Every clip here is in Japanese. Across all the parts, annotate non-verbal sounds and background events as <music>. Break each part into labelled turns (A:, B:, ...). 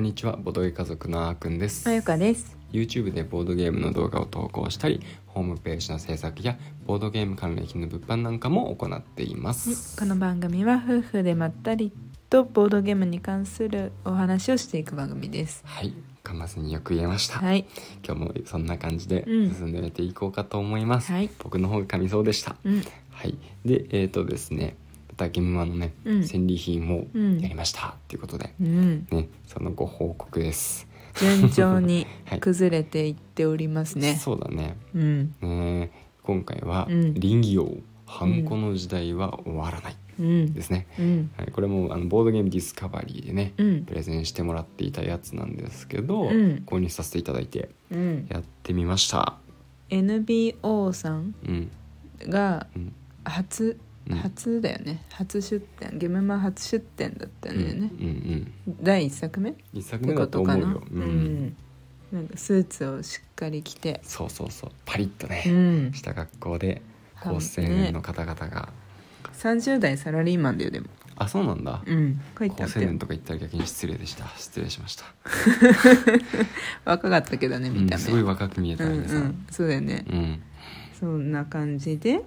A: にちはボドゲ家族のあーくんです
B: まゆかです。
A: YouTube でボードゲームの動画を投稿したりホームページの制作やボードゲーム関連品の物販なんかも行っていま
B: はい
A: す
B: この番組は夫婦でまったりとボードゲームに関するお話をしていく番組です。
A: はい噛まずによく言えました、
B: はい、
A: 今日もそんな感じで
B: うん
A: 進んでいこうかと思います、
B: はい
A: 僕の方が噛みそうでした
B: うん、
A: はいでえっ、ー、とですねまたゲームマのね、
B: うん
A: 戦利品を
B: うん
A: やりましたっていうことで、
B: うん、
A: ねそのご報告です
B: 順調に
A: <laughs> はい
B: 崩れていっておりますね。
A: そうだね
B: うん、
A: ね今回は
B: うん
A: 「林業ハンコの時代は終わらない
B: うん、」
A: ですね、
B: うん、
A: はい、これもあのボードゲームディスカバリーでね
B: うん
A: プ、レゼンしてもらっていたやつなんですけど、
B: うん
A: 購入させていただいて
B: うん。
A: やってみました
B: NBO さん
A: うん
B: が
A: うん
B: 初
A: うん
B: 初だよね。初出店、ゲームマ初出店だった
A: うん
B: だよね
A: ん。うん
B: 第一作目っ
A: 一作
B: て
A: 目
B: こ
A: だと
B: と
A: 思
B: か
A: う
B: な。
A: よ、うん
B: うん、なんかスーツをしっかり着て、
A: そうそうそうパリッとね、
B: うん、
A: した学校で高
B: ね
A: 専の方々が、
B: 30代サラリーマンだよでも
A: あそうなんだ、
B: うん書いてあ
A: 高
B: った
A: 専
B: よ
A: 年とか言ったら逆に失礼でした失礼しました、
B: 若かったけどね
A: う
B: 見
A: ん
B: た目、うん、
A: すごい若く見えた
B: うん
A: 皆さん
B: そうだよね、
A: うん、
B: そんな感じで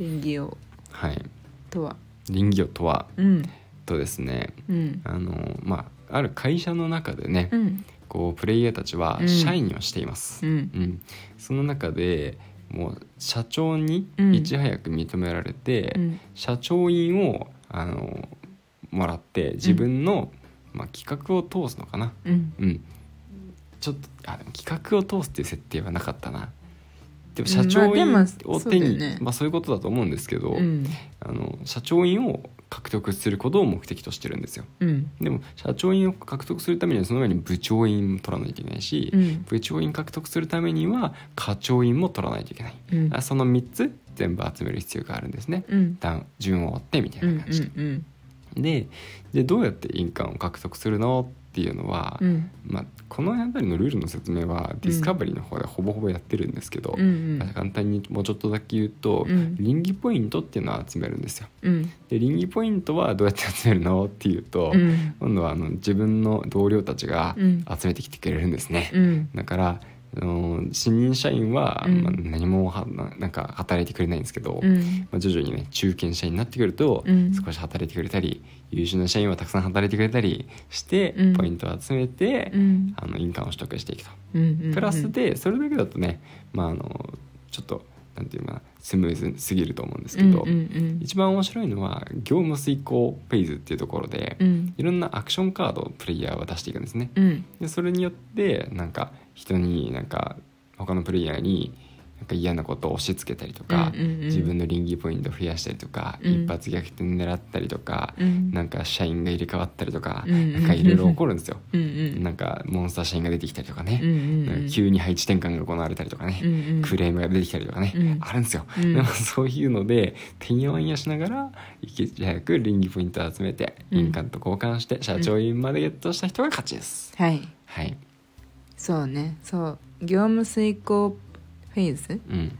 B: 演技を
A: はい
B: とは
A: 林業とは
B: うん
A: とですね
B: うん
A: あのまあある会社の中でね、
B: うん
A: こうプレイヤーたちは
B: うん
A: 社員をしています、
B: う
A: うん
B: ん
A: その中でもう社長に
B: うん
A: いち早く認められて、
B: うん
A: 社長員をあのもらって自分の、まあ、企画を通すのかな
B: うん
A: うんちょっとあでも企画を通すっていう設定はなかったなでも
B: うん
A: 社長員
B: まあでも
A: を
B: そう
A: 手
B: だ
A: に、
B: よね
A: まあ、そういうことだと思うんですけど、
B: うん
A: あの社長員を獲得することを目的としてるんですよ
B: うん
A: でも社長員を獲得するためにはその前に部長員も取らないといけないし、
B: うん
A: 部長員獲得するためには課長員も取らないといけない、
B: うん
A: あその3つ全部集める必要があるんですね、
B: うん
A: 段順を追ってみた
B: う
A: い
B: ん
A: な感じで、
B: うん
A: ででどうやって印鑑を獲得するのっていうのは、
B: うん
A: まあ、この辺りのルールの説明はディスカバリーの方でほぼほぼやってるんですけど、
B: うんうん
A: まあ簡単にもうちょっとだけ言うと、
B: うん
A: 倫理ポイントっていうのを集めるんですよ。
B: うん
A: で倫理ポイントはどうやって集めるのっていうと、
B: うん
A: 今度はあの自分の同僚たちが
B: うん
A: 集めてきてくれるんですね、
B: うん
A: だからあの新任社員は、
B: うん
A: まあ、何もはななんか働いてくれないんですけど、
B: うん
A: まあ、徐々にね中堅社員になってくると、
B: うん
A: 少し働いてくれたり優秀な社員はたくさん働いてくれたりして、
B: うん
A: ポイントを集めて、
B: うん
A: あの印鑑を取得していくと。
B: うんうん
A: プラスでそれだけだとね、まあ、あのちょっとなんていうのかなスムーズすぎると思うんですけど、
B: うんうん
A: 一番面白いのは業務遂行フェーズっていうところで、
B: うん
A: いろんなアクションカードをプレイヤーは出していくんですね。
B: うん
A: でそれによってなんか人になんか他のプレイヤーになんか嫌なことを押し付けたりとか、
B: うんうんうん
A: 自分の倫理ポイントを増やしたりとか、
B: うん
A: 一発逆転狙ったりとか、
B: うん
A: なんか社員が入れ替わったりとか、
B: うんうんうん
A: なんかいろいろ起こるんですよ。
B: うんうん
A: なんかモンスター社員が出てきたりとか
B: うん
A: ね、
B: うん
A: な
B: うんん
A: か急に配置転換が行われたりとかね、
B: うんうん
A: クレームが出てきたりとかね、
B: うん
A: あるんですよ、
B: うん
A: でもそういうのでてんやわんやしながらいけち早く倫理ポイントを集めて、
B: うん
A: 印鑑と交換して社長員までゲットした人が勝ちです、
B: はい
A: はい
B: そうねそう業務遂行フェーズ
A: うん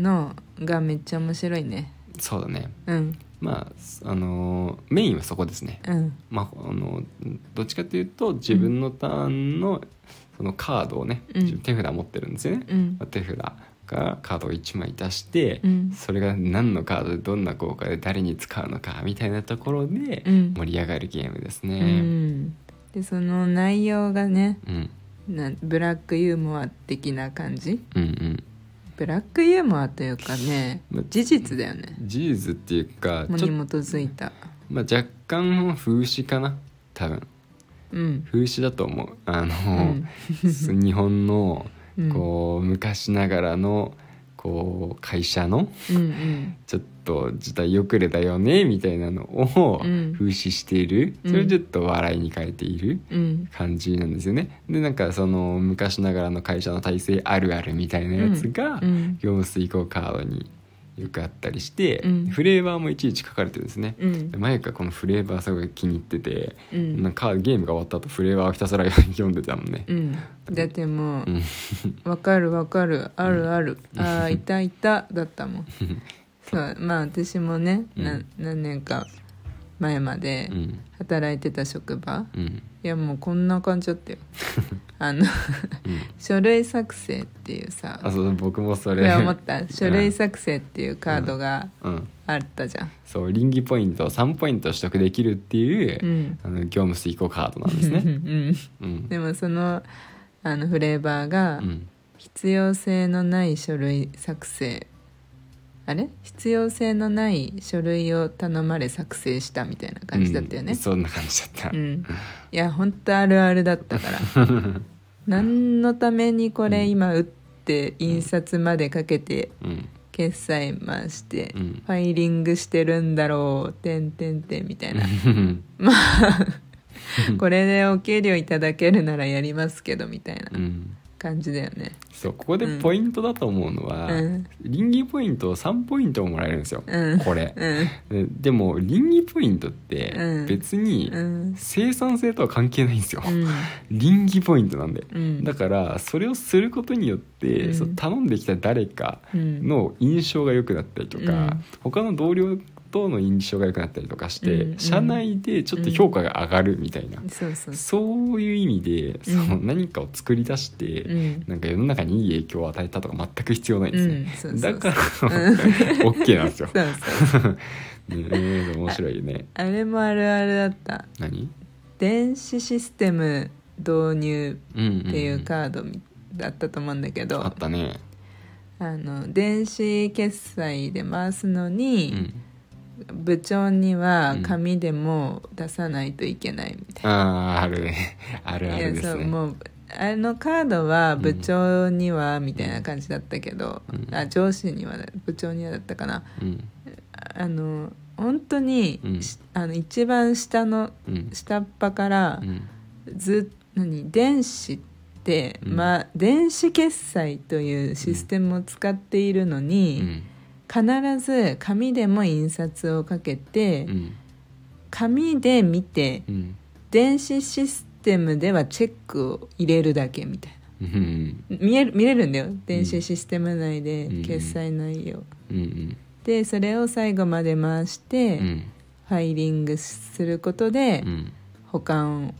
B: のがめっちゃ面白いね
A: そうだね
B: うん
A: まああのーメインはそこですね
B: うん
A: まああのどっちかというと自分のターンのそのカードをね、
B: うん
A: 自分手札持ってるんですよね、
B: うん
A: 手札からカードを1枚出して、
B: うん
A: それが何のカードでどんな効果で誰に使うのかみたいなところで
B: うん
A: 盛り上がるゲームです
B: う
A: ね。
B: んでその内容がね
A: うん、
B: なブラックユーモア的な感じ
A: うん、うん
B: ブラックユーモアというかね
A: ま
B: 事実だよね
A: 事実っていうか
B: もう
A: ち
B: に基
A: ょっと、
B: づいた
A: まあ、若干風刺かな多分
B: うん
A: 風刺だと思う。あ
B: う
A: の、
B: ん
A: <laughs> 日本の
B: うん
A: こう昔ながらのこう会社の
B: うん
A: ちょっと時代遅れだよねみたいなのを
B: うん
A: 風刺している、
B: うん
A: それをちょっと笑いに変えている
B: うん
A: 感じなんですよね。でなんかその昔ながらの会社の体制あるあるみたいなやつが、
B: うん
A: 業務遂行カードによくあったりして、
B: うん
A: フレーバーもいちいち書かれてるんですね。
B: うんうん
A: で前からこのフレーバーすごい気に入ってて、
B: うん
A: なんかゲームが終わった後フレーバーをひたすら読んでたもんね。
B: うんだっても
A: うん
B: うわかるわかるあるあるあ
A: <laughs>
B: あいたいただったもんそうまあ私もね、
A: うん
B: な何年か前まで
A: うん
B: 働いてた職場、
A: うん
B: いやもうこんな感じだっ
A: <laughs>
B: たよあの
A: うん
B: 書類作成っていうさ
A: あそう僕もそ
B: こ
A: れ
B: れ思った書類作成っていうカードが
A: <laughs> うん
B: あったじゃん、
A: そう倫理ポイントを3ポイント取得できるっていう、
B: うん
A: あの業務遂行カードなんで
B: う
A: す
B: <laughs> ん
A: ね
B: うん、でもそのあのフレーバーが
A: うんうん
B: 必要性のない書類作成あれ必要性のない書類を頼まれ作成したみたいな感じだったよ
A: う
B: ね
A: んそんな感じだった、
B: うん、いや本当あるあるだった
A: <laughs>
B: から何のためにこれ今打って印刷までかけて
A: うん
B: 決済回して
A: う、ん
B: ファイリングしてるんだろうてんてんてんみたいなこれでお給料いただけるならやりますけどみたい
A: う
B: な
A: ん
B: 感じだよね
A: そうここでポイントだと思うのは、
B: うん
A: 倫理ポイントを3ポイントももらえるんですよ、
B: うん
A: これ、
B: うん
A: ででも倫理ポイントって
B: うん
A: 別に
B: うん
A: 生産性とは関係ないんですよ、
B: うん
A: 倫理ポイントなんで、
B: うん
A: だからそれをすることによって、
B: うん
A: そう頼んできた誰か
B: うん
A: の印象が良くなったりとか、
B: うん
A: 他の同僚との印象が良くなったりとかして、
B: うん
A: 社内でちょっと評価が上がるみたいな、
B: そうそうそ
A: そういう意味でその
B: うん
A: 何かを作り出して、
B: ううん
A: なんか世の中にいい影響を与えたとか全く必要ないんですね、
B: うんそうそうそう
A: だから
B: うん
A: OK なんですよ <laughs>
B: そうそう
A: ねえ面白いよね
B: あれもあるあるだった
A: 何
B: 電子システム導入
A: うん
B: っていうカードみだったと思うんだけ
A: うん
B: ど、
A: あったね
B: あの電子決済で回すの
A: う
B: に、
A: ん
B: 部長には
A: うん
B: 紙でも出さないといけないみたいな、
A: あああるね <laughs> あるある
B: い
A: で
B: や
A: す
B: そう
A: ね
B: もうあのカードは
A: うん
B: 部長にはみたいな感じだったけど、
A: うん
B: あ上司には部長にはだったかな
A: うん
B: あの本当に、
A: うん
B: しあの一番下の
A: うん
B: 下っ端から
A: うん
B: ずっ何電子って、
A: うん
B: まあ、電子決済というシステムを使っているの
A: う
B: に、
A: ん
B: 必ず紙でも印刷をかけて、
A: うん
B: 紙で見て
A: うん
B: 電子システムではチェックを入れるだけみたいな
A: うん
B: 見える見れるんだよ電子システム内で
A: うん
B: 決済内容、
A: うん
B: でそれを最後まで回して、
A: うん
B: ファイリングすることで、
A: うん
B: 保管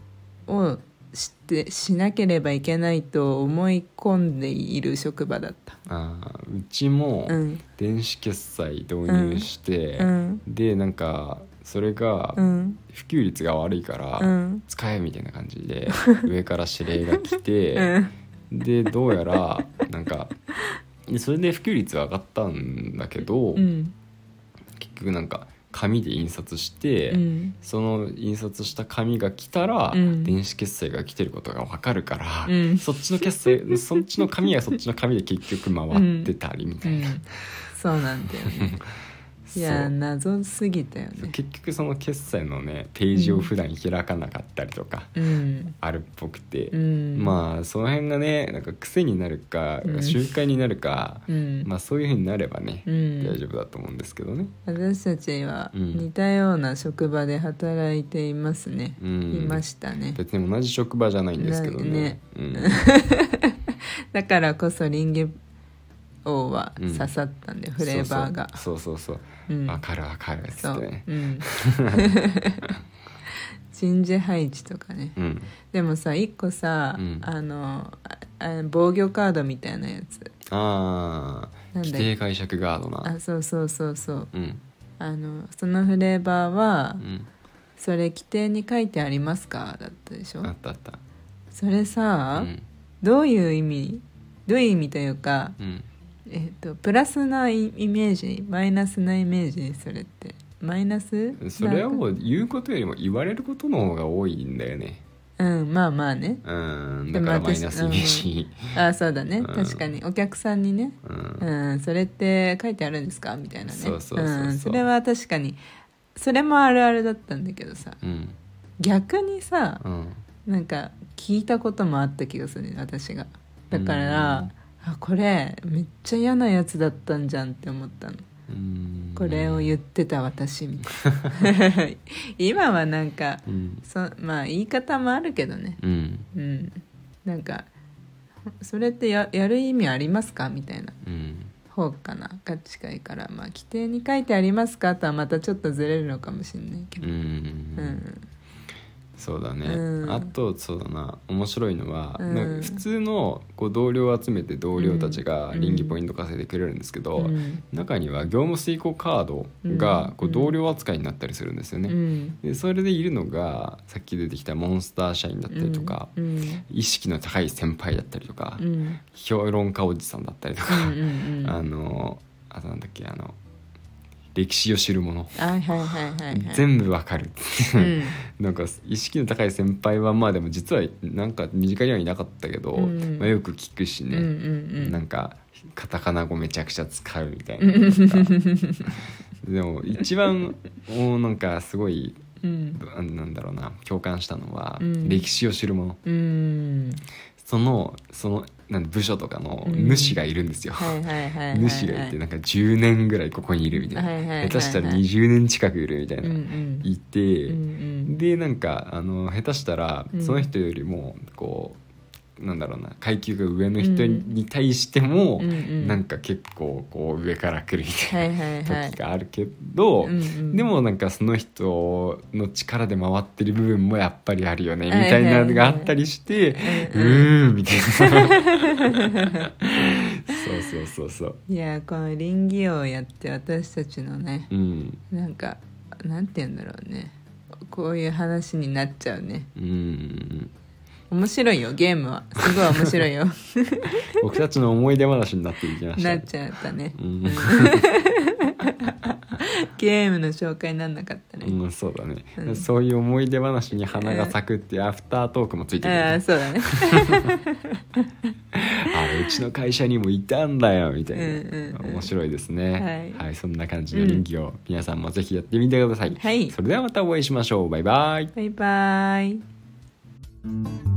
B: をしてしなければいけないと思い込んでいる職場だった
A: あーうちも
B: うん
A: 電子決済導入して、
B: うん
A: でなんかそれが
B: うん
A: 普及率が悪いから、
B: うん
A: 使えみたいな感じ
B: <laughs>
A: で上から指令が来て、
B: うん
A: でどうやらなんかでそれで普及率は上がったんだけど、
B: うん
A: 結局なんか紙で印刷して、
B: うん
A: その印刷した紙が来たら、
B: うん
A: 電子決済が来てることが分かるから、
B: うん
A: そっちの決済そっちの紙がそっちの紙で結局回ってたりみた
B: う
A: いな。
B: んそうなんだよ
A: <laughs>
B: ね <laughs> いや
A: そう
B: 謎すぎたよね
A: 結局その決済のねページを普段開かなかったりとか
B: うん
A: あるっぽくて、
B: うん
A: まあその辺がねなんか癖になるか、
B: うん
A: 習慣になるか、
B: うん
A: まあそういうふうになればね、
B: うん
A: 大丈夫だと思うんですけどね。
B: 私たちは
A: うん
B: 似たような職場で働いていますね、
A: うん
B: いましたね
A: 別に同じ職場じゃないんですけどね。
B: ね
A: うん、
B: だからこそリンゲ王は
A: うん
B: 刺さったんで、 <laughs> フレーバーが
A: そうそうそうそうそ
B: う
A: うんわ、かるわかるっつ
B: そ
A: って
B: う
A: ね。
B: うん <laughs> 人事配置とかね
A: うん、
B: でもさ一個さ、
A: うん
B: あのああ防御カードみたいなやつ
A: ああ
B: なん
A: 規
B: だっけ
A: 定解釈ガードな。
B: あそうそうそうそう
A: うん
B: あのそのフレーバーは
A: うん、
B: 「それ規定に書いてありますか?」だったでしょ
A: あったあった。
B: それさ、
A: うん
B: どういう意味どういう意味というか、
A: うん、
B: えっとプラスなイイメージマイナスなイメージそれってマイナス
A: それ
B: なんか
A: を言うことよりも言われることの方が多いんだよね。
B: うんまあまあね
A: うん、だ
B: でも
A: からマ
B: 私
A: イナスイメージ。
B: あそうだね
A: うん
B: 確かにお客さんにね
A: うん
B: うんそれって書いてあるんですかみたいなね
A: そうそうそうそうん
B: それは確かにそれもあるあるだったんだけどさ
A: うん
B: 逆にさ
A: うん
B: なんか聞いたこともあった気がするね私がだから、
A: うん
B: あこれめっちゃ嫌なやつだったんじゃんって思ったの
A: うん
B: これを言ってた私みたい
A: <laughs>
B: な今はなんか
A: うん
B: そまあ言い方もあるけどね
A: うん
B: うんなんかそれってややる意味ありますかみたいな
A: うん
B: 方かなが近いからまあ規定に書いてありますかとはまたちょっとずれるのかもしれないけ
A: う
B: ど
A: ん、
B: うん
A: そうだね、
B: うん
A: あとそうだな面白いのは、
B: うん
A: なんか普通のこう同僚を集めて同僚たちが
B: うん
A: 倫理ポイント稼いでくれるんですけど、
B: うん
A: 中には業務遂行カード
B: うん
A: がこう
B: うん
A: 同僚扱いになったりするんですよ
B: う
A: ね、
B: ん
A: でそれでいるのがさっき出てきたモンスター社員だったりとか、
B: うん
A: 意識の高い先輩だったりとか、
B: うんうん
A: 評論家おじさんだったりと
B: う
A: か、
B: んうんうん
A: あのあとなんだっけあの歴史を知るもの、
B: はいはいはいはいはい
A: 全部わかる、
B: うん
A: <laughs> なんか意識の高い先輩はまあでも実はなんか身近にはいなかったけど、
B: うん
A: まあ、よく聞くし
B: うんう
A: ね、
B: ん
A: なんかカタカナ語めちゃくちゃ使うみたいな、 <laughs> でも一番おなんかすごい
B: うん
A: あなんだろうな共感したのは、
B: うん
A: 歴史を知るもの
B: うん
A: そのそのなん部署とかの
B: うん
A: 主がいるんですよ、
B: はいはいはいはいはい
A: 主がいてなんか10年ぐらいここにいるみたいな、
B: はいはいはいはい
A: 下手したら20年近くいるみたいな、
B: うんうん
A: いて、
B: うん
A: でなんかあの下手したら
B: うん
A: その人よりもこう、なんだろうな階級が上の人に対しても、
B: うんうん
A: なんか結構こう上から来るみ
B: は
A: たい
B: いはいは
A: ない時
B: い
A: があるけど、
B: うんうん
A: でもなんかその人の力で回ってる部分もやっぱりあるよねみたいなのがあったりして、
B: うんう
A: うーんみたいな
B: <laughs>
A: そうそうそうそう
B: いやこの倫理をやって私たちのね
A: うん
B: なんかなんて言うんだろうねこういう話になっちゃうね
A: うん
B: 面白いよゲームはすごい面白
A: <laughs>
B: いよ
A: 僕たちの思い出話になっていきました
B: なっ
A: ね
B: ちゃったね
A: うん
B: ゲームの紹介になんなかったね、
A: うん、そうだね、
B: うん
A: そういう思い出話に花が咲くっていうアフタートークもついてくる、
B: ああそうだね
A: あれうちの会社にもいたんだよみたいな、
B: うんうんうん
A: 面白いですね、
B: はい
A: そんな感じの人気を、皆さんもぜひやってみてください、
B: はい
A: それではまたお会いしましょうバイバイ
B: バイバイ